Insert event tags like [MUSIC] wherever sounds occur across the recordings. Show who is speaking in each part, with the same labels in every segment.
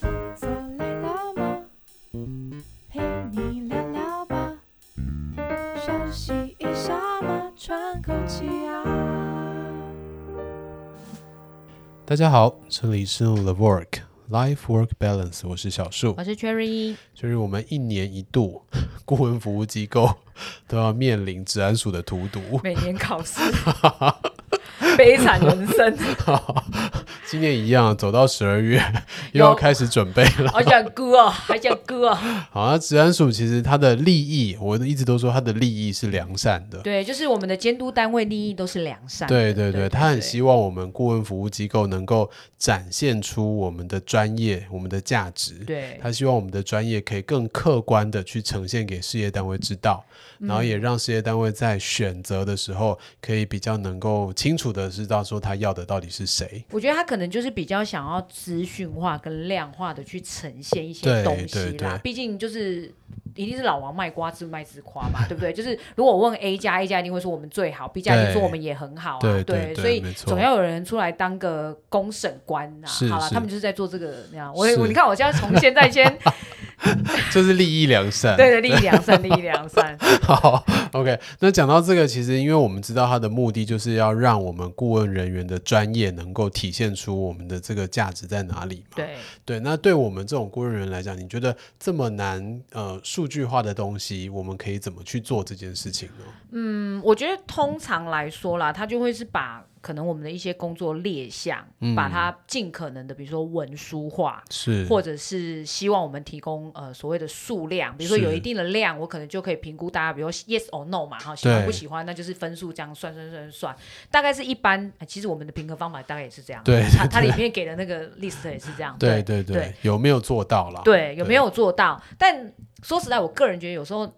Speaker 1: 坐累了吗？陪你聊聊吧，休息一下嘛，喘口气啊。
Speaker 2: 大家好，这里是 The Work Life Work Balance，我是小树
Speaker 3: 我。是 Cherry，
Speaker 2: 就是我们一年一度 [LAUGHS] 顾问服务机构 [LAUGHS] 都要面临治安署的荼毒， [LAUGHS]
Speaker 3: 每年考试，悲惨人生，
Speaker 2: 今年一样，走到十二月 [LAUGHS] 又要
Speaker 3: 有
Speaker 2: 开始准备了。
Speaker 3: [LAUGHS]
Speaker 2: [LAUGHS]
Speaker 3: 好想哭哦，好想哭哦。
Speaker 2: 好，那治安署其实它的利益，我一直都说它的利益是良善的。
Speaker 3: 对，就是我们的监督单位利益都是良善的。
Speaker 2: 对对对，他很希
Speaker 3: 望。
Speaker 2: 望我们顾问服务机构能够展现出我们的专业、我们的价值。
Speaker 3: 对
Speaker 2: 他希望我们的专业可以更客观的去呈现给事业单位知道，然后
Speaker 3: 嗯
Speaker 2: 也让事业单位在选择的时候可以比较能够清楚的知道说他要的到底是谁。
Speaker 3: 我觉得他可能就是比较想要资讯化跟量化的去呈现
Speaker 2: 对
Speaker 3: 一些东西
Speaker 2: 对对
Speaker 3: 啦，毕竟就是一定是老王卖瓜自卖自夸嘛，对 [LAUGHS] 不对？就是如果我问 A 加 A 加一定会说我们最好，B 加一定说我们也很好啊，
Speaker 2: 对对
Speaker 3: 对
Speaker 2: 对
Speaker 3: 所以
Speaker 2: 没错
Speaker 3: 总要有人出来当个公审官啊。
Speaker 2: 是
Speaker 3: 好了，
Speaker 2: 是
Speaker 3: 他们就是在做这个那样。我
Speaker 2: 是
Speaker 3: 我你看，我就要从现在先
Speaker 2: 这是利益良善。
Speaker 3: 对对，利益良
Speaker 2: [LAUGHS]
Speaker 3: 善，利益良善，
Speaker 2: 好，OK。那讲到这个，其实因为我们知道它的目的就是要让我们顾问人员的专业能够体现出我们的这个价值在哪里嘛。
Speaker 3: 对。
Speaker 2: 对，那对我们这种顾问人员来讲，你觉得这么难呃数据化的东西，我们可以怎么去做这件事情呢？
Speaker 3: 嗯，我觉得通常来说啦，他就会是把可能我们的一些工作列项，把它尽可能的，比如说文书化。
Speaker 2: 嗯是
Speaker 3: 或者是希望我们提供呃所谓的数量，比如说
Speaker 2: 是
Speaker 3: 有一定的量，我可能就可以评估大家，比如说 yes or no 嘛，哈，喜欢
Speaker 2: 对
Speaker 3: 不喜欢，那就是分数这样算算算算，大概是一般。呃其实我们的评核方法大概也是这样，
Speaker 2: 对
Speaker 3: 它它里面给的那个 list 也是这样，
Speaker 2: 对对对，
Speaker 3: 对
Speaker 2: 有没有做到啦？
Speaker 3: 对，有没有做到？但说实在，我个人觉得有时候，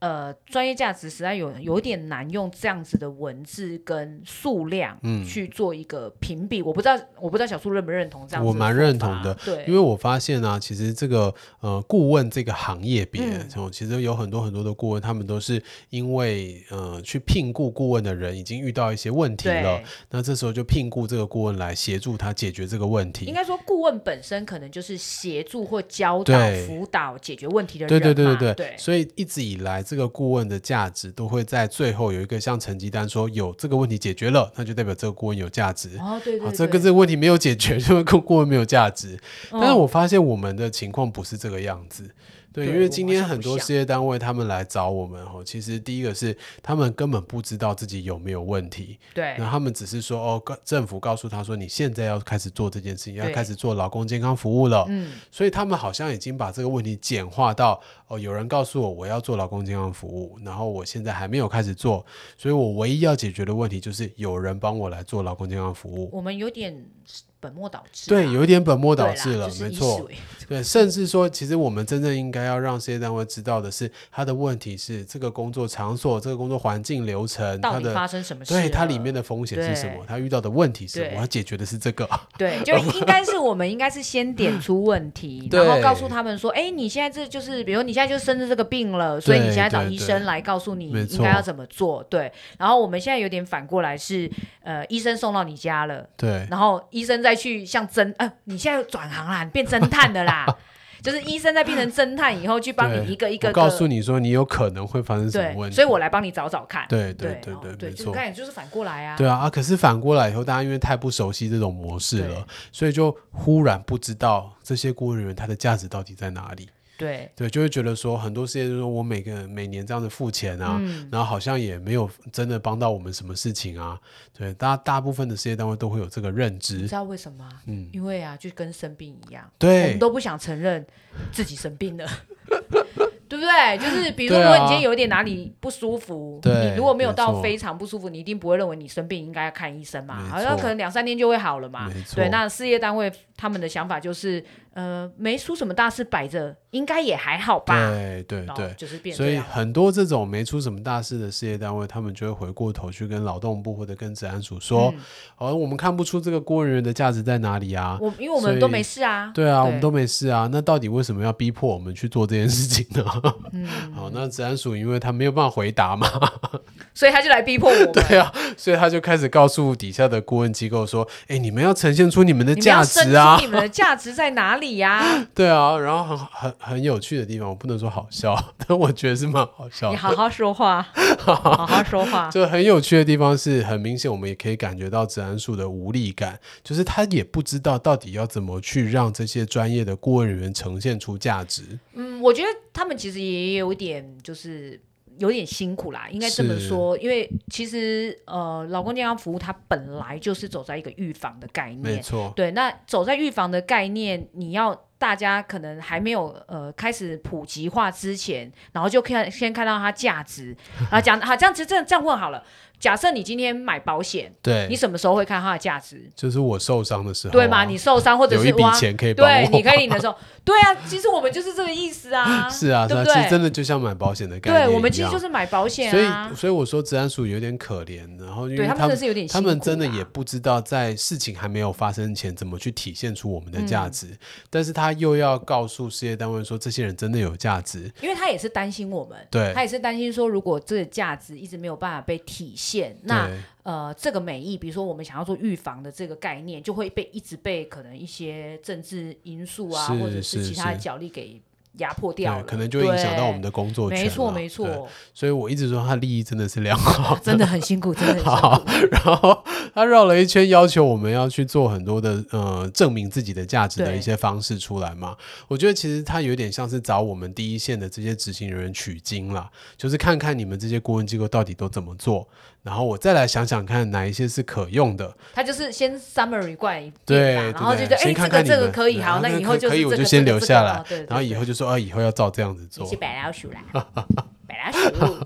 Speaker 3: 呃，专业价值实在有有点难用这样子的文字跟数量
Speaker 2: 嗯
Speaker 3: 去做一个评比。我不知道，我不知道小苏认不认同这样子
Speaker 2: 我
Speaker 3: 的
Speaker 2: 蛮
Speaker 3: 说
Speaker 2: 认
Speaker 3: 法
Speaker 2: 同的，
Speaker 3: 对，
Speaker 2: 因为我发现啊，其实这个呃，顾问这个行业别，
Speaker 3: 嗯
Speaker 2: 哦，其实有很多很多的顾问，他们都是因为呃，去聘雇顾问的人已经遇到一些问题了
Speaker 3: 对，，
Speaker 2: 那这时候就聘雇这个顾问来协助他解决这个问题
Speaker 3: 应。该说顾问本身可能就是协助或教导
Speaker 2: 对、
Speaker 3: 辅导解决问题的人
Speaker 2: 对对对
Speaker 3: 嘛
Speaker 2: 对
Speaker 3: 对
Speaker 2: 所以一直以来，这个顾问的价值都会在最后有一个像成绩单说，有这个问题解决了，那就代表这个顾问有价值。
Speaker 3: 哦，对
Speaker 2: 好，
Speaker 3: 对，
Speaker 2: 这
Speaker 3: 对
Speaker 2: 个这个问题没有解决， [LAUGHS] 就顾顾问没有价值。但是
Speaker 3: 嗯
Speaker 2: 我发现我们的情况不是这个样子。对，
Speaker 3: 对
Speaker 2: 因为
Speaker 3: 我
Speaker 2: 今
Speaker 3: 好
Speaker 2: 天
Speaker 3: 像
Speaker 2: 很
Speaker 3: 不
Speaker 2: 多
Speaker 3: 像
Speaker 2: 事业单位他们来找我们哦，其实第一个是他们根本不知道自己有没有问题，
Speaker 3: 对
Speaker 2: 那他们只是说哦，告政府告诉他说你现在要开始做这件事情，要
Speaker 3: 对
Speaker 2: 开始做劳工健康服务了，
Speaker 3: 嗯
Speaker 2: 所以他们好像已经把这个问题简化到哦，有人告诉我我要做劳工健康服务，然后我现在还没有开始做，所以我唯一要解决的问题就是有人帮我来做劳工健康服务。
Speaker 3: 我们有点本末倒置啊，
Speaker 2: 对，有一点本末
Speaker 3: 对
Speaker 2: 倒
Speaker 3: 啦
Speaker 2: 置了，
Speaker 3: 就是
Speaker 2: 没
Speaker 3: 以
Speaker 2: 错
Speaker 3: 史。为
Speaker 2: 对，甚至说，其实我们真正应该要让事业单位知道的是，他的问题是这个工作场所、这个工作环境、流程，
Speaker 3: 到
Speaker 2: 它
Speaker 3: 底
Speaker 2: 的
Speaker 3: 发生什么事了？
Speaker 2: 对它里面的风险是什么，
Speaker 3: 对
Speaker 2: 他遇到的问题是什么，
Speaker 3: 对
Speaker 2: 我要解决的是这
Speaker 3: [LAUGHS]
Speaker 2: 个。 [LAUGHS]
Speaker 3: 对，就应该是我们应该是先点出
Speaker 2: [LAUGHS]
Speaker 3: 问题，
Speaker 2: 对
Speaker 3: 然后告诉他们说，哎，你现在这就是，比如你现在就生了这个病了，所以
Speaker 2: 对
Speaker 3: 你现在找
Speaker 2: 对
Speaker 3: 医
Speaker 2: 对
Speaker 3: 生来告诉你
Speaker 2: 没
Speaker 3: 应该
Speaker 2: 错
Speaker 3: 要怎么做。对，然后我们现在有点反过来是，呃，医生送到你家了，
Speaker 2: 对，
Speaker 3: 然后医生再去像侦，呃，你现在转
Speaker 2: [LAUGHS]
Speaker 3: 行啦，你变侦探的啦，就是医生在变成侦探以后，去帮
Speaker 2: 对
Speaker 3: 你一个一
Speaker 2: 我
Speaker 3: 个
Speaker 2: 告
Speaker 3: 个
Speaker 2: 诉你说，你有可能会发生什么
Speaker 3: 对，
Speaker 2: 问
Speaker 3: 所
Speaker 2: 题。
Speaker 3: 以我来帮你找找看。
Speaker 2: 对
Speaker 3: 对
Speaker 2: 对
Speaker 3: 哦
Speaker 2: 对，没
Speaker 3: 对，就是
Speaker 2: 错
Speaker 3: 刚。才就是反过来啊。
Speaker 2: 对啊啊！可是反过来以后，大家因为太不熟悉这种模式
Speaker 3: 对
Speaker 2: 了，所以就忽然不知道这些顾问人员他的价值到底在哪里。
Speaker 3: 对，
Speaker 2: 对，就会觉得说很多事业就是说我每个每年这样子付钱啊，
Speaker 3: 嗯
Speaker 2: 然后好像也没有真的帮到我们什么事情啊。对，大大部分的事业单位都会有这个认
Speaker 3: 你
Speaker 2: 知
Speaker 3: 知。道为什么吗？
Speaker 2: 嗯
Speaker 3: 因为啊，就跟生病一样，啊我
Speaker 2: 对
Speaker 3: 们，都不想承认自己生病
Speaker 2: [LAUGHS]
Speaker 3: 了。对不对？就是比如说，
Speaker 2: 对
Speaker 3: 如
Speaker 2: 啊
Speaker 3: 果你今天有一点哪里不舒服，
Speaker 2: 对
Speaker 3: 你如果没有
Speaker 2: 没
Speaker 3: 到
Speaker 2: 错
Speaker 3: 非常不舒服，你一定不会认为你生病应该要看医生嘛
Speaker 2: 没，
Speaker 3: 好像
Speaker 2: 错
Speaker 3: 可能两三天就会好了嘛
Speaker 2: 没。错
Speaker 3: 对，那事业单位他们的想法就是，呃，没出什么大事，摆着应该也还好吧。
Speaker 2: 对对
Speaker 3: 然后
Speaker 2: 对。
Speaker 3: 就是变成
Speaker 2: 所
Speaker 3: 这
Speaker 2: 以
Speaker 3: 样。
Speaker 2: 很多这种没出什么大事的事业单位，他们就会回过头去跟劳动部或者跟治安署说，
Speaker 3: 嗯
Speaker 2: 哦，我们看不出这个雇人员的价值在哪里啊。
Speaker 3: 我因为我
Speaker 2: 所以
Speaker 3: 们都没事啊，
Speaker 2: 对啊，我们都没事啊，那到底为什么要逼迫我们去做这件事情呢？ [LAUGHS]
Speaker 3: 嗯
Speaker 2: 好，那治安署因为他没有办法回答嘛，
Speaker 3: 所以他就来逼迫我们。
Speaker 2: 对啊，所以他就开始告诉底下的顾问机构说：“哎，你们要呈现出你们的
Speaker 3: 你们要
Speaker 2: 价
Speaker 3: 伸
Speaker 2: 值
Speaker 3: 出
Speaker 2: 啊
Speaker 3: 你，们的价值在哪里呀、
Speaker 2: [LAUGHS] 对啊。”然后很很很有趣的地方，我不能说好笑， [LAUGHS] 但我觉得是蛮好笑
Speaker 3: 你
Speaker 2: 的。
Speaker 3: 好好
Speaker 2: [LAUGHS]
Speaker 3: 说话，好好说话。
Speaker 2: 就很有趣的地方是，很明显我们也可以感觉到治安署的无力感，就是他也不知道到底要怎么去让这些专业的顾问人员呈现出价值。
Speaker 3: 嗯，我觉得他们其实也有一点就是。有点辛苦啦，应该这么
Speaker 2: 是
Speaker 3: 说，因为其实呃，老公健康服务它本来就是走在一个预防的概
Speaker 2: 没
Speaker 3: 念，
Speaker 2: 错，
Speaker 3: 对，那走在预防的概念，你要大家可能还没有呃开始普及化之前，然后就看先看到它价值，然后讲好这样子这样这样问好了。假设你今天买保险，你
Speaker 2: 对，
Speaker 3: 什么时候会看它的价值？
Speaker 2: 就是我受伤的时候啊、
Speaker 3: 对吗？你受伤或者
Speaker 2: 有
Speaker 3: 是
Speaker 2: 一笔
Speaker 3: 哇，
Speaker 2: 钱可以帮
Speaker 3: 对
Speaker 2: 我，，。
Speaker 3: 你可以领的时候，对啊，其实我们就是这个意思啊
Speaker 2: [LAUGHS] 是啊，是
Speaker 3: 对
Speaker 2: 啊，
Speaker 3: 不对
Speaker 2: 其实真的就像买保险的概念一
Speaker 3: 对，
Speaker 2: 样。
Speaker 3: 我们其实就是买保险
Speaker 2: 所
Speaker 3: 啊
Speaker 2: 以，。所以我说治安署有点可怜，然后因
Speaker 3: 对
Speaker 2: 为
Speaker 3: 他
Speaker 2: 他
Speaker 3: 们真的
Speaker 2: 们
Speaker 3: 是有点辛
Speaker 2: 他
Speaker 3: 苦啦，啊
Speaker 2: 们真的也不知道在事情还没有发生前怎么去体现出我们的价值，
Speaker 3: 嗯
Speaker 2: 但是他又要告诉事业单位说这些人真的有价值，
Speaker 3: 因为他也是担心我们，
Speaker 2: 对
Speaker 3: 他也是担心说，如果这个价值一直没有办法被体现，那
Speaker 2: 对
Speaker 3: 呃，这个美意，比如说我们想要做预防的这个概念，就会被一直被可能一些政治因素啊，
Speaker 2: 是
Speaker 3: 或者是
Speaker 2: 是
Speaker 3: 其他的
Speaker 2: 是
Speaker 3: 角力给压迫掉
Speaker 2: 对，
Speaker 3: 了，
Speaker 2: 可能就会影响到我们
Speaker 3: 的
Speaker 2: 的工作权啦。
Speaker 3: 没错，没
Speaker 2: 对
Speaker 3: 错，
Speaker 2: 所以我一直说他利益真的是良好。
Speaker 3: [LAUGHS] 真的很
Speaker 2: [LAUGHS]
Speaker 3: 辛苦，真的很辛苦。
Speaker 2: 好，然后他绕了一圈，要求我们要去做很多的呃证明自己的价值的
Speaker 3: 对
Speaker 2: 一些方式出来嘛。我觉得其实他有点像是找我们第一线的这些执行人员取经啦，就是看看你们这些顾问机构到底都怎么做，然后我再来想想看哪一些是可用的。
Speaker 3: 他就是先 summary 灌一遍吧
Speaker 2: 对，
Speaker 3: 然后就
Speaker 2: 对
Speaker 3: 觉
Speaker 2: 不对
Speaker 3: 得哎，
Speaker 2: 先
Speaker 3: 这
Speaker 2: 看
Speaker 3: 个
Speaker 2: 看你
Speaker 3: 这
Speaker 2: 们
Speaker 3: 个可以，
Speaker 2: 对
Speaker 3: 好，
Speaker 2: 啊
Speaker 3: 那
Speaker 2: 那
Speaker 3: 以后
Speaker 2: 可
Speaker 3: 就是
Speaker 2: 可以我
Speaker 3: 这
Speaker 2: 就
Speaker 3: 个
Speaker 2: 先
Speaker 3: 这个
Speaker 2: 留
Speaker 3: 这
Speaker 2: 下
Speaker 3: 个
Speaker 2: 来
Speaker 3: 哦对对
Speaker 2: 然后以
Speaker 3: 对
Speaker 2: 后就说啊，以后要照这样子
Speaker 3: 你
Speaker 2: 做
Speaker 3: 是。白
Speaker 2: [LAUGHS]
Speaker 3: 老鼠啦，白老鼠。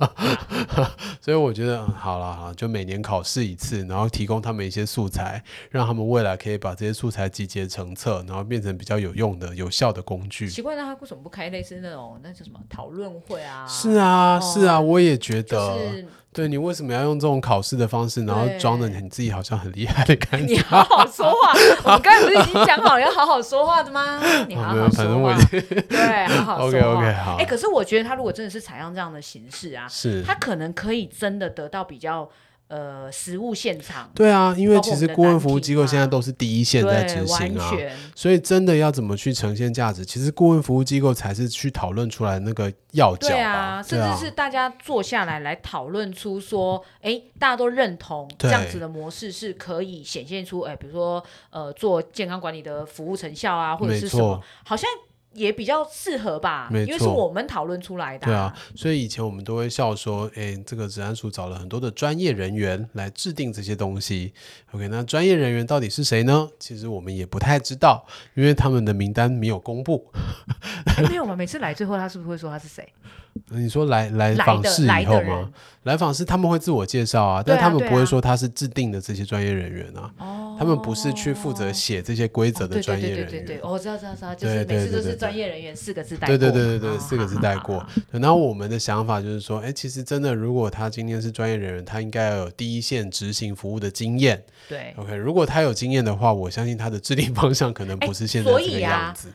Speaker 2: 所以我觉得、嗯、好啦，好啦，就每年考试一次，然后提供他们一些素材，让他们未来可以把这些素材集结成册，然后变成比较有用的、有效的工具。
Speaker 3: 奇怪，那他为什么不开类似那种那叫什么讨论会啊？
Speaker 2: 是啊，
Speaker 3: 哦
Speaker 2: 是啊，我也觉
Speaker 3: 就
Speaker 2: 得，
Speaker 3: 是
Speaker 2: 对你为什么要用这种考试的方式，然后
Speaker 3: 对
Speaker 2: 装的你自己好像很厉害的感
Speaker 3: 你
Speaker 2: 觉？
Speaker 3: 好好说话，我们刚才不是已经讲好要好好说话的吗？你好
Speaker 2: 好哦
Speaker 3: 好
Speaker 2: 没
Speaker 3: 说
Speaker 2: 有
Speaker 3: 话，
Speaker 2: 反正我已
Speaker 3: 对，好好说
Speaker 2: OK
Speaker 3: 话。
Speaker 2: OK 好，
Speaker 3: 哎、可是我觉得他如果真的是采用这样的形式啊，
Speaker 2: 是
Speaker 3: 他可能可以真的得到比较呃实物现场，
Speaker 2: 对啊，因为
Speaker 3: 包括
Speaker 2: 其
Speaker 3: 我
Speaker 2: 实
Speaker 3: 们的
Speaker 2: 顾问
Speaker 3: 难
Speaker 2: 服务
Speaker 3: 题
Speaker 2: 机构
Speaker 3: 嘛
Speaker 2: 现在都是第一线
Speaker 3: 对，
Speaker 2: 在执
Speaker 3: 完
Speaker 2: 行啊，
Speaker 3: 全
Speaker 2: 所以真的要怎么去呈现价值，其实顾问服务机构才是去讨论出来那个要角
Speaker 3: 对
Speaker 2: 吧
Speaker 3: 啊，，甚至是大家坐下来来讨论出说，哎、大家都认同这
Speaker 2: 对
Speaker 3: 样子的模式是可以显现出，哎、比如说呃做健康管理的服务成效啊，或者
Speaker 2: 没
Speaker 3: 是什么
Speaker 2: 错，
Speaker 3: 好像也比较适合吧，
Speaker 2: 没
Speaker 3: 因为是
Speaker 2: 错
Speaker 3: 我们讨论出来的、
Speaker 2: 对啊，，所以以前我们都会笑说，诶，这个治安署找了很多的专业人员来制定这些东西。OK，那专业人员到底是谁呢？其实我们也不太知道，因为他们的名单没有公布。
Speaker 3: 哎没有嘛，每次来最后他是不是会说他是谁？
Speaker 2: [LAUGHS] 你说来来
Speaker 3: 来
Speaker 2: 访
Speaker 3: 的
Speaker 2: 视
Speaker 3: 来
Speaker 2: 以后
Speaker 3: 的人
Speaker 2: 吗？来访视他们会自我介绍啊，
Speaker 3: 对啊
Speaker 2: 但他们
Speaker 3: 对啊
Speaker 2: 不会说他是制定的这些专业人员啊，
Speaker 3: 哦
Speaker 2: 他们不是去负责写这些规则
Speaker 3: 哦
Speaker 2: 的专业人员。
Speaker 3: 对对对对对，我、哦、知道知道知道，就
Speaker 2: 对
Speaker 3: 是每
Speaker 2: 对
Speaker 3: 次都
Speaker 2: 对对对
Speaker 3: 是专业人员四个字带过
Speaker 2: 对
Speaker 3: 嘛，
Speaker 2: 对对对对，
Speaker 3: 哦
Speaker 2: 四个字带过。然后我们的想法就是说，哎，其实真的，如果他今天是专业人员，他应该要有第一线执行服务的经验。
Speaker 3: [LAUGHS] 对。
Speaker 2: OK，如果他有经验的话，我相信他的制定方向可能不是现在
Speaker 3: 所
Speaker 2: 这个
Speaker 3: 以啊
Speaker 2: 样子。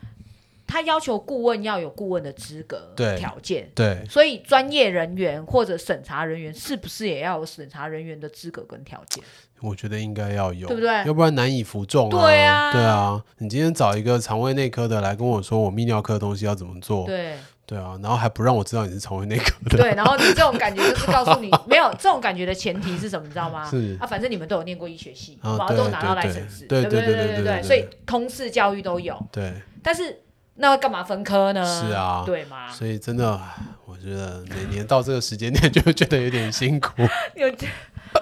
Speaker 3: 他要求顾问要有顾问的资格
Speaker 2: 对
Speaker 3: 条件，
Speaker 2: 对，
Speaker 3: 所以专业人员或者审查人员是不是也要有审查人员的资格跟条件？
Speaker 2: 我觉得应该要有，
Speaker 3: 对不对
Speaker 2: 要不然难以服众啊。
Speaker 3: 对啊
Speaker 2: 对啊，你今天找一个肠胃内科的来跟我说我泌尿科的东西要怎么做， [LAUGHS]
Speaker 3: 对
Speaker 2: 对啊，然后还不让我知道你是肠胃内
Speaker 3: [LAUGHS]
Speaker 2: 科的，
Speaker 3: 对，然后你这种感觉就是告诉你，没有这种感觉的前提是什么，你知道吗？
Speaker 2: 是
Speaker 3: 啊，反正你们都有念过医学系，
Speaker 2: 啊
Speaker 3: 然后
Speaker 2: 对
Speaker 3: 都拿到
Speaker 2: 对
Speaker 3: 来
Speaker 2: 对
Speaker 3: 审视，
Speaker 2: 对
Speaker 3: 不
Speaker 2: 对
Speaker 3: 对
Speaker 2: 对对
Speaker 3: 对
Speaker 2: 对对
Speaker 3: 所以通识教育都有，
Speaker 2: 对。
Speaker 3: 但是那要干嘛分科呢？
Speaker 2: 是啊
Speaker 3: 对吗？
Speaker 2: 所以真的，我觉得每年到这个时间点就会觉得有点辛苦。
Speaker 3: 有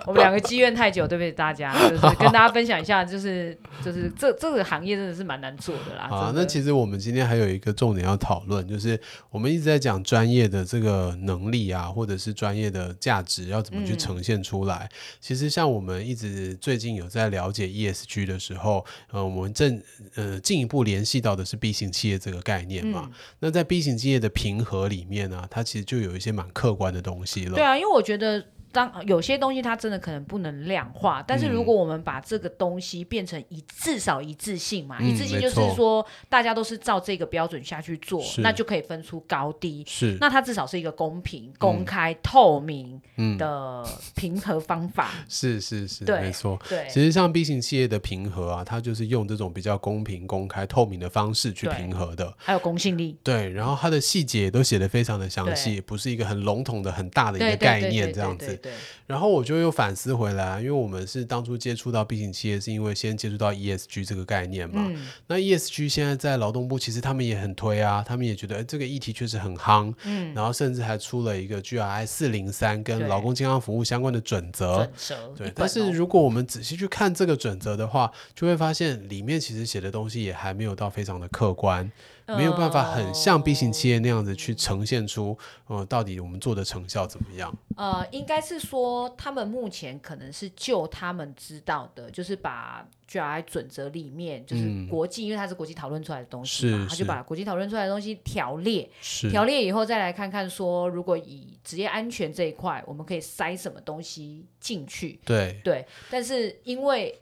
Speaker 3: 我们两个积怨太久，对不起大家，就是跟大家分享一下，就是就是这这个行业真的是蛮难做的啦。
Speaker 2: [LAUGHS] 好啊，
Speaker 3: 真的
Speaker 2: 那其实我们今天还有一个重点要讨论，就是我们一直在讲专业的这个能力啊，或者是专业的价值要怎么去
Speaker 3: 嗯
Speaker 2: 呈现出来。其实像我们一直最近有在了解 ESG 的时候，呃，我们正呃进一步联系到的是 B 型企业这个概念
Speaker 3: 嗯
Speaker 2: 嘛。那啊在 B 型企业的平和里面呢、它其实就有一些蛮客观的东西了。
Speaker 3: 对啊，因为我觉得当有些东西它真的可能不能量化，但是如
Speaker 2: 嗯
Speaker 3: 果我们把这个东西变成一至少一致性嘛，
Speaker 2: 嗯
Speaker 3: 一致性就是
Speaker 2: 没错
Speaker 3: 说大家都是照这个标准下去做
Speaker 2: 是，
Speaker 3: 那就可以分出高低。
Speaker 2: 是，嗯
Speaker 3: 那它至少是一个公平、公开、透明
Speaker 2: [LAUGHS]
Speaker 3: 的平和方法。
Speaker 2: 是是是，
Speaker 3: 对
Speaker 2: 没错。
Speaker 3: 对，
Speaker 2: 其实像 B 型企业的平和啊，它就是用这种比较公平、公开、透明的方式去
Speaker 3: 对
Speaker 2: 平和的。
Speaker 3: 还有公信力。
Speaker 2: 对，然后它的细节也都写得非常的详
Speaker 3: 对
Speaker 2: 细，不是一个很笼统的、很大的一
Speaker 3: 对
Speaker 2: 个
Speaker 3: 对
Speaker 2: 概
Speaker 3: 对
Speaker 2: 念
Speaker 3: 对
Speaker 2: 这样
Speaker 3: 对
Speaker 2: 子。啊
Speaker 3: 对对
Speaker 2: 然后我就又反思回来啊，因为我们是当初接触到 B 型企业，是因为先接触到 ESG 这个概念嘛。
Speaker 3: 嗯，
Speaker 2: 那 ESG 现在在劳动部，其实他们也很推啊，他们也觉得、哎这个议题确实很夯，嗯，然后甚至还出了一个 GRI 四零三跟
Speaker 3: 对
Speaker 2: 劳工健康服务相关的准则，
Speaker 3: 准则。一
Speaker 2: 对，
Speaker 3: 本
Speaker 2: 但是
Speaker 3: 哦
Speaker 2: 如果我们仔细去看这个准则的话，就会发现里面其实写的东西也还没有到非常的客观，没有办法很
Speaker 3: 嗯
Speaker 2: 像 B
Speaker 3: 哦
Speaker 2: 型企业那样子去呈现出，呃，到底我们做的成效怎么样？
Speaker 3: 呃，应该是说他们目前可能是就他们知道的，就是把 GRI 准则里面，就是
Speaker 2: 嗯
Speaker 3: 国际，因为它是国际讨论出来的东西嘛
Speaker 2: 是，
Speaker 3: 他
Speaker 2: 是
Speaker 3: 就把国际讨论出来的东西条列，
Speaker 2: 是
Speaker 3: 条列以后再来看看说，如果以职业安全这一块，我们可以塞什么东西进去？
Speaker 2: 对，
Speaker 3: 对，但是因为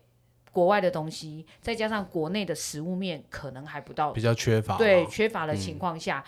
Speaker 3: 国外的东西，再加上国内的食物面可能还不到
Speaker 2: 比较缺乏。
Speaker 3: 对，缺乏的
Speaker 2: 嗯
Speaker 3: 情况下，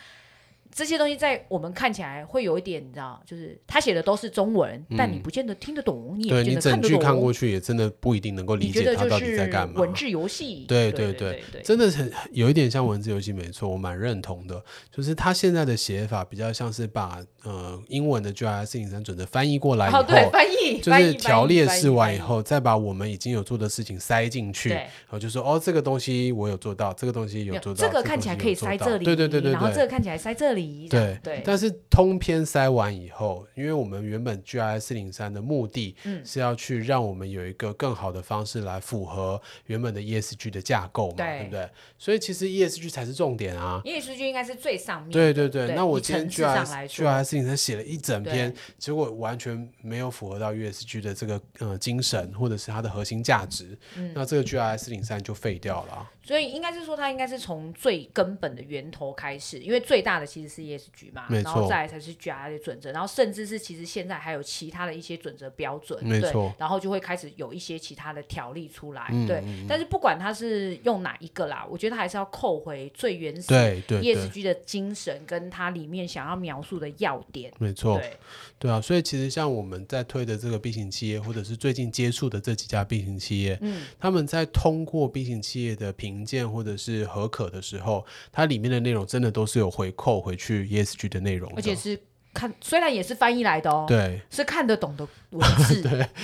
Speaker 3: 这些东西在我们看起来会有一点，你知道，就是他写的都是中文，但你不见得听得懂，你也不
Speaker 2: 嗯对
Speaker 3: 见
Speaker 2: 你
Speaker 3: 得
Speaker 2: 整
Speaker 3: 得
Speaker 2: 句
Speaker 3: 懂。
Speaker 2: 看过去也真的不一定能够理
Speaker 3: 你觉
Speaker 2: 解
Speaker 3: 得
Speaker 2: 他
Speaker 3: 就
Speaker 2: 到底在
Speaker 3: 是
Speaker 2: 干嘛。
Speaker 3: 文字游戏？
Speaker 2: 对
Speaker 3: 对
Speaker 2: 对
Speaker 3: 对对
Speaker 2: 真的很有一点像文字游戏，没错，我蛮认同的。就是他现在的写法比较像是把呃英文的 GRI 四零三准则翻译过来以后，
Speaker 3: 哦，对，翻译
Speaker 2: 就
Speaker 3: 翻
Speaker 2: 是
Speaker 3: 译
Speaker 2: 条
Speaker 3: 翻译
Speaker 2: 列
Speaker 3: 翻译
Speaker 2: 式完
Speaker 3: 翻
Speaker 2: 以
Speaker 3: 译
Speaker 2: 后，再把我们已经有做的事情塞进去，
Speaker 3: 对
Speaker 2: 然后就说哦，这个东西我有做到，这个东西有
Speaker 3: 没有
Speaker 2: 做到，
Speaker 3: 这个
Speaker 2: 东
Speaker 3: 看起
Speaker 2: 西
Speaker 3: 来
Speaker 2: 有
Speaker 3: 可以
Speaker 2: 做
Speaker 3: 塞
Speaker 2: 到
Speaker 3: 这里，
Speaker 2: 对对对对
Speaker 3: 然后这
Speaker 2: 对。
Speaker 3: 个看起来塞这里，这
Speaker 2: 对
Speaker 3: 样，对，
Speaker 2: 但是通篇塞完以后，因为我们原本 GIS 四零三的目的
Speaker 3: 嗯
Speaker 2: 是要去让我们有一个更好的方式来符合原本的 ESG 的架构嘛，
Speaker 3: 对
Speaker 2: 对不对？所以其实 ESG 才是重点啊。
Speaker 3: 因为数据应该是最上面，
Speaker 2: 对对对，
Speaker 3: 对
Speaker 2: 那我
Speaker 3: 以
Speaker 2: 今天
Speaker 3: 层次上
Speaker 2: GIS
Speaker 3: 来说
Speaker 2: GIS 四零三写了一整篇
Speaker 3: 对，
Speaker 2: 结果完全没有符合到 USG 的这个呃精神或者是它的核心价值，
Speaker 3: 嗯
Speaker 2: 那这个 GIS 四零三就废掉了啊、
Speaker 3: 所以应该是说，它应该是从最根本的源头开始，因为最大的其实是 ESG 嘛，
Speaker 2: 没
Speaker 3: 然后
Speaker 2: 错
Speaker 3: 再来才是 GRI 的准则，然后甚至是其实现在还有其他的一些准则标准，
Speaker 2: 没
Speaker 3: 呃对
Speaker 2: 错
Speaker 3: 然后就会开始有一些其他的条例出来，
Speaker 2: 嗯
Speaker 3: 对。但是不管它是用哪一个啦，我觉得还是要扣回最原始
Speaker 2: 对对对，
Speaker 3: ESG 的精神跟它里面想要描述的要点，
Speaker 2: 没错。
Speaker 3: 对，
Speaker 2: 对啊，所以其实像我们在推的这个 B 型企业，或者是最近接触的这几家 B 型企业，
Speaker 3: 嗯，
Speaker 2: 他们在通过 B 型企业的评鉴或者是合可的时候，它里面的内容真的都是有回扣回去 ESG 的内容的，
Speaker 3: 而且是看虽然也是翻译来的哦，
Speaker 2: 对，
Speaker 3: 是看得懂的文字，
Speaker 2: [LAUGHS]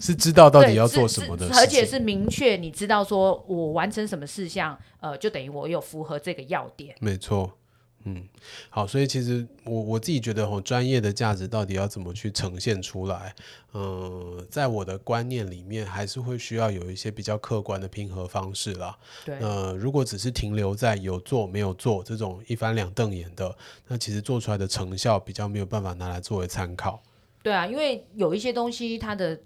Speaker 2: 是知道到
Speaker 3: 对，
Speaker 2: 底要
Speaker 3: 是
Speaker 2: 做
Speaker 3: 是
Speaker 2: 什么的事情，
Speaker 3: 而且是明确，你知道说我完成什么事项，呃，就等于我有符合这个要点。
Speaker 2: 没错，嗯，好，所以其实我我自己觉得吼，专业的价值到底要怎么去呈现出来？嗯、在我的观念里面，还是会需要有一些比较客观的拼合方式啦。
Speaker 3: 对，
Speaker 2: 呃，如果只是停留在有做没有做这种一翻两瞪眼的，那其实做出来的成效比较没有办法拿来作为参考。
Speaker 3: 对啊，因为有一些东西它的。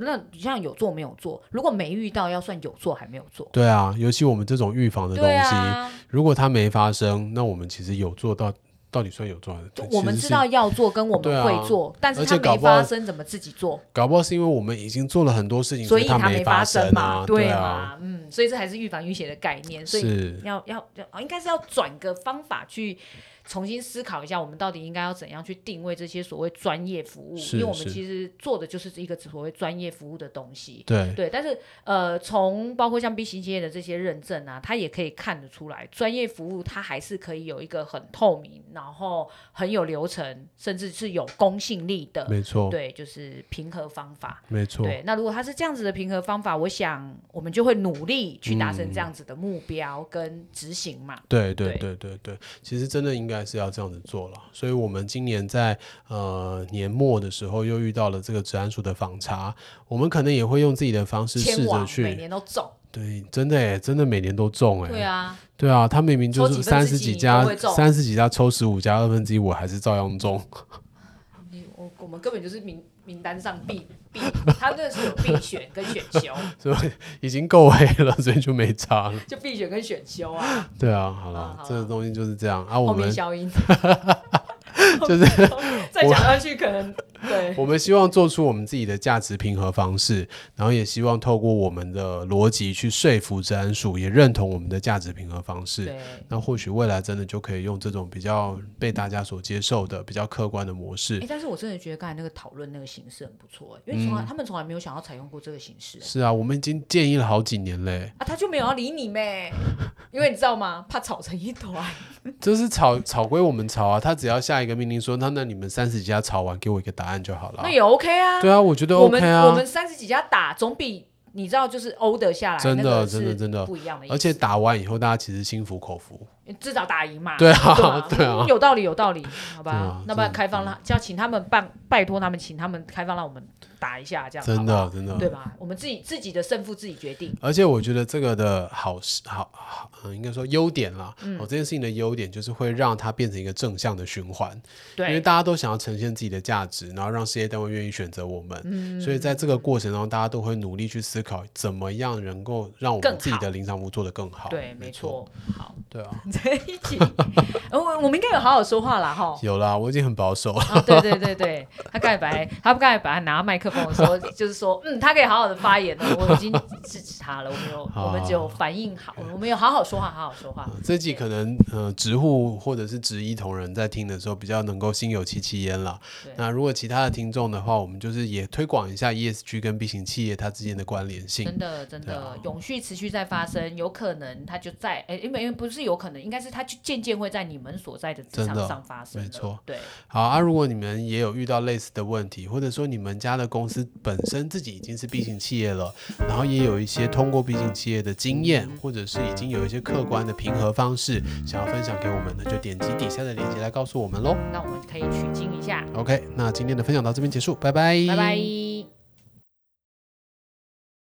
Speaker 3: 那像有做没有做？如果没遇到，要算有做还没有做。
Speaker 2: 对啊，尤其我们这种预防的东
Speaker 3: 对
Speaker 2: 西，
Speaker 3: 啊，
Speaker 2: 如果它没发生，那我们其实有做到，到底算有做还是？
Speaker 3: 就我们
Speaker 2: 其实
Speaker 3: 知
Speaker 2: 是
Speaker 3: 道要做跟我
Speaker 2: 对
Speaker 3: 们
Speaker 2: 啊
Speaker 3: 会做，但
Speaker 2: 而
Speaker 3: 是
Speaker 2: 且
Speaker 3: 它
Speaker 2: 搞
Speaker 3: 没
Speaker 2: 不好
Speaker 3: 发生，怎么自己做？
Speaker 2: 搞不好是因为我们已经做了很多事情，
Speaker 3: 所
Speaker 2: 以
Speaker 3: 以
Speaker 2: 它
Speaker 3: 没
Speaker 2: 发
Speaker 3: 生
Speaker 2: 啊，
Speaker 3: 嘛，
Speaker 2: 对啊，
Speaker 3: 嘛，嗯，所以这还是预防淤血的概念。所以
Speaker 2: 是，
Speaker 3: 要要哦要，应该是要转个方法去重新思考一下，我们到底应该要怎样去定位这些所谓专业服务？
Speaker 2: 是
Speaker 3: 因为我们
Speaker 2: 是
Speaker 3: 其实做的就是一个所谓专业服务的东西。
Speaker 2: 对，
Speaker 3: 对，但是呃，从包括像 B 型企业的这些认证啊，它也可以看得出来，专业服务它还是可以有一个很透明，然后很有流程，甚至是有公信力的。
Speaker 2: 没错，
Speaker 3: 对，就是平衡方法。
Speaker 2: 没错，
Speaker 3: 对，那如果它是这样子的平衡方法，我想我们就会努力去达成
Speaker 2: 嗯
Speaker 3: 这样子的目标跟执行嘛。
Speaker 2: 对对对
Speaker 3: 对
Speaker 2: 对对，其实真的应该是要这样子做了。所以我们今年在呃年末的时候又遇到了这个治安署的访查，我们可能也会用自己的方式试
Speaker 3: 千
Speaker 2: 着
Speaker 3: 王每
Speaker 2: 去，
Speaker 3: 年都中，
Speaker 2: 对，真的哎，真的每年都中哎，
Speaker 3: 对啊，
Speaker 2: 对啊，他明明就
Speaker 3: 抽
Speaker 2: 是
Speaker 3: 几分
Speaker 2: 三
Speaker 3: 之
Speaker 2: 十几
Speaker 3: 几
Speaker 2: 家
Speaker 3: 都会，中
Speaker 2: 三十几家抽十五家二分之一，我还是照样中。
Speaker 3: 你我我们根本就是名名单上必必，他那是有必选跟选修，
Speaker 2: 所以已经够黑了，所以就没差了。
Speaker 3: 就必选跟选修啊，
Speaker 2: 对啊，好
Speaker 3: 啊
Speaker 2: 了
Speaker 3: 好，
Speaker 2: 这个
Speaker 3: 啦
Speaker 2: 东西就是这样啊。我
Speaker 3: 后面
Speaker 2: 们
Speaker 3: 消音，
Speaker 2: 就是 [LAUGHS]
Speaker 3: 再讲下去可能对对，
Speaker 2: 我们希望做出我们自己的价值平衡方式，然后也希望透过我们的逻辑去说服治安署，也认同我们的价值平衡方式。
Speaker 3: 对，
Speaker 2: 那或许未来真的就可以用这种比较被大家所接受的、比较客观的模式
Speaker 3: 哎、。但是我真的觉得刚才那个讨论那个形式很不错、欸，因为从
Speaker 2: 嗯
Speaker 3: 来、他们从来没有想要采用过这个形式、欸
Speaker 2: 是啊，我们已经建议了好几年嘞，
Speaker 3: 啊，他就没有要理你咩？因为你知道吗？怕吵成一团。
Speaker 2: 啊就是吵吵归我们吵啊，他只要下一个命令说，那那你们三十几家吵完，给我一个答案就好了
Speaker 3: 那。也 OK 啊。
Speaker 2: 对啊，我觉得
Speaker 3: 我
Speaker 2: OK
Speaker 3: 们、
Speaker 2: 啊。
Speaker 3: 我们三十几家打，总比你知道就是欧得下来，
Speaker 2: 真的
Speaker 3: 那个
Speaker 2: 真的
Speaker 3: 是
Speaker 2: 真的
Speaker 3: 不一样的意思。
Speaker 2: 而且打完以后，大家其实心服口服。
Speaker 3: 至少打赢嘛。
Speaker 2: 对啊 [LAUGHS] 对啊
Speaker 3: 嗯有道理有道理，好
Speaker 2: 对
Speaker 3: 吧
Speaker 2: 啊？
Speaker 3: 那不然
Speaker 2: 真的
Speaker 3: 开放让，就要请他们办，拜托他们，请他们开放让我们打一下，这样
Speaker 2: 真
Speaker 3: 好
Speaker 2: 的
Speaker 3: 不好
Speaker 2: 真的
Speaker 3: 对吧？我们自己自己的胜负自己决定。
Speaker 2: 而且我觉得这个的好是好好，嗯，应该说优点啦。
Speaker 3: 嗯
Speaker 2: 哦，这件事情的优点就是会让它变成一个正向的循环，因为
Speaker 3: 对，
Speaker 2: 大家都想要呈现自己的价值，然后让事业单位愿意选择我们。
Speaker 3: 嗯
Speaker 2: 所以在这个过程中，大家都会努力去思考，怎么样能够让我
Speaker 3: 更
Speaker 2: 们自己
Speaker 3: 好
Speaker 2: 的临场服务做得更好。
Speaker 3: 对，没
Speaker 2: 错，
Speaker 3: 错。好，
Speaker 2: 对啊，
Speaker 3: 这一集，呃我我们应该有好好说话啦，哈。
Speaker 2: 有啦，我已经很保守了。
Speaker 3: 啊，对对对对，他刚才本来他刚才本来拿麦克风的时候，就是说，嗯，他可以好好的发言了，我已经支持他了，我们有我们只有反应好，我们有好好说话，好好说话。
Speaker 2: 这集可能呃，直户或者是直一同仁在听的时候比较能够心有戚戚焉啦
Speaker 3: 对。
Speaker 2: 那如果其他的听众的话，我们就是也推广一下 ESG 跟 B 型企业它之间的关联性
Speaker 3: 真。的，真
Speaker 2: 对
Speaker 3: 的、
Speaker 2: 啊
Speaker 3: 永续持续在发生，有可能它就在，哎，因为因为不是有可能，应该是它就渐渐会在你们所在的职
Speaker 2: 真
Speaker 3: 场
Speaker 2: 的
Speaker 3: 上发生了。
Speaker 2: 没错，
Speaker 3: 对，
Speaker 2: 好啊，如果你们也有遇到类似的问题，或者说你们家的公司本身自己已经是 B 型企业了，然后也有一些通过 B 型企业的经验，或者是已经有一些客观的平衡方式，想要分享给我们的，就点击底下的链接来告诉我们喽。
Speaker 3: 那我们可以取经一下，
Speaker 2: OK，那今天的分享到这边结束，拜拜，
Speaker 3: 拜拜。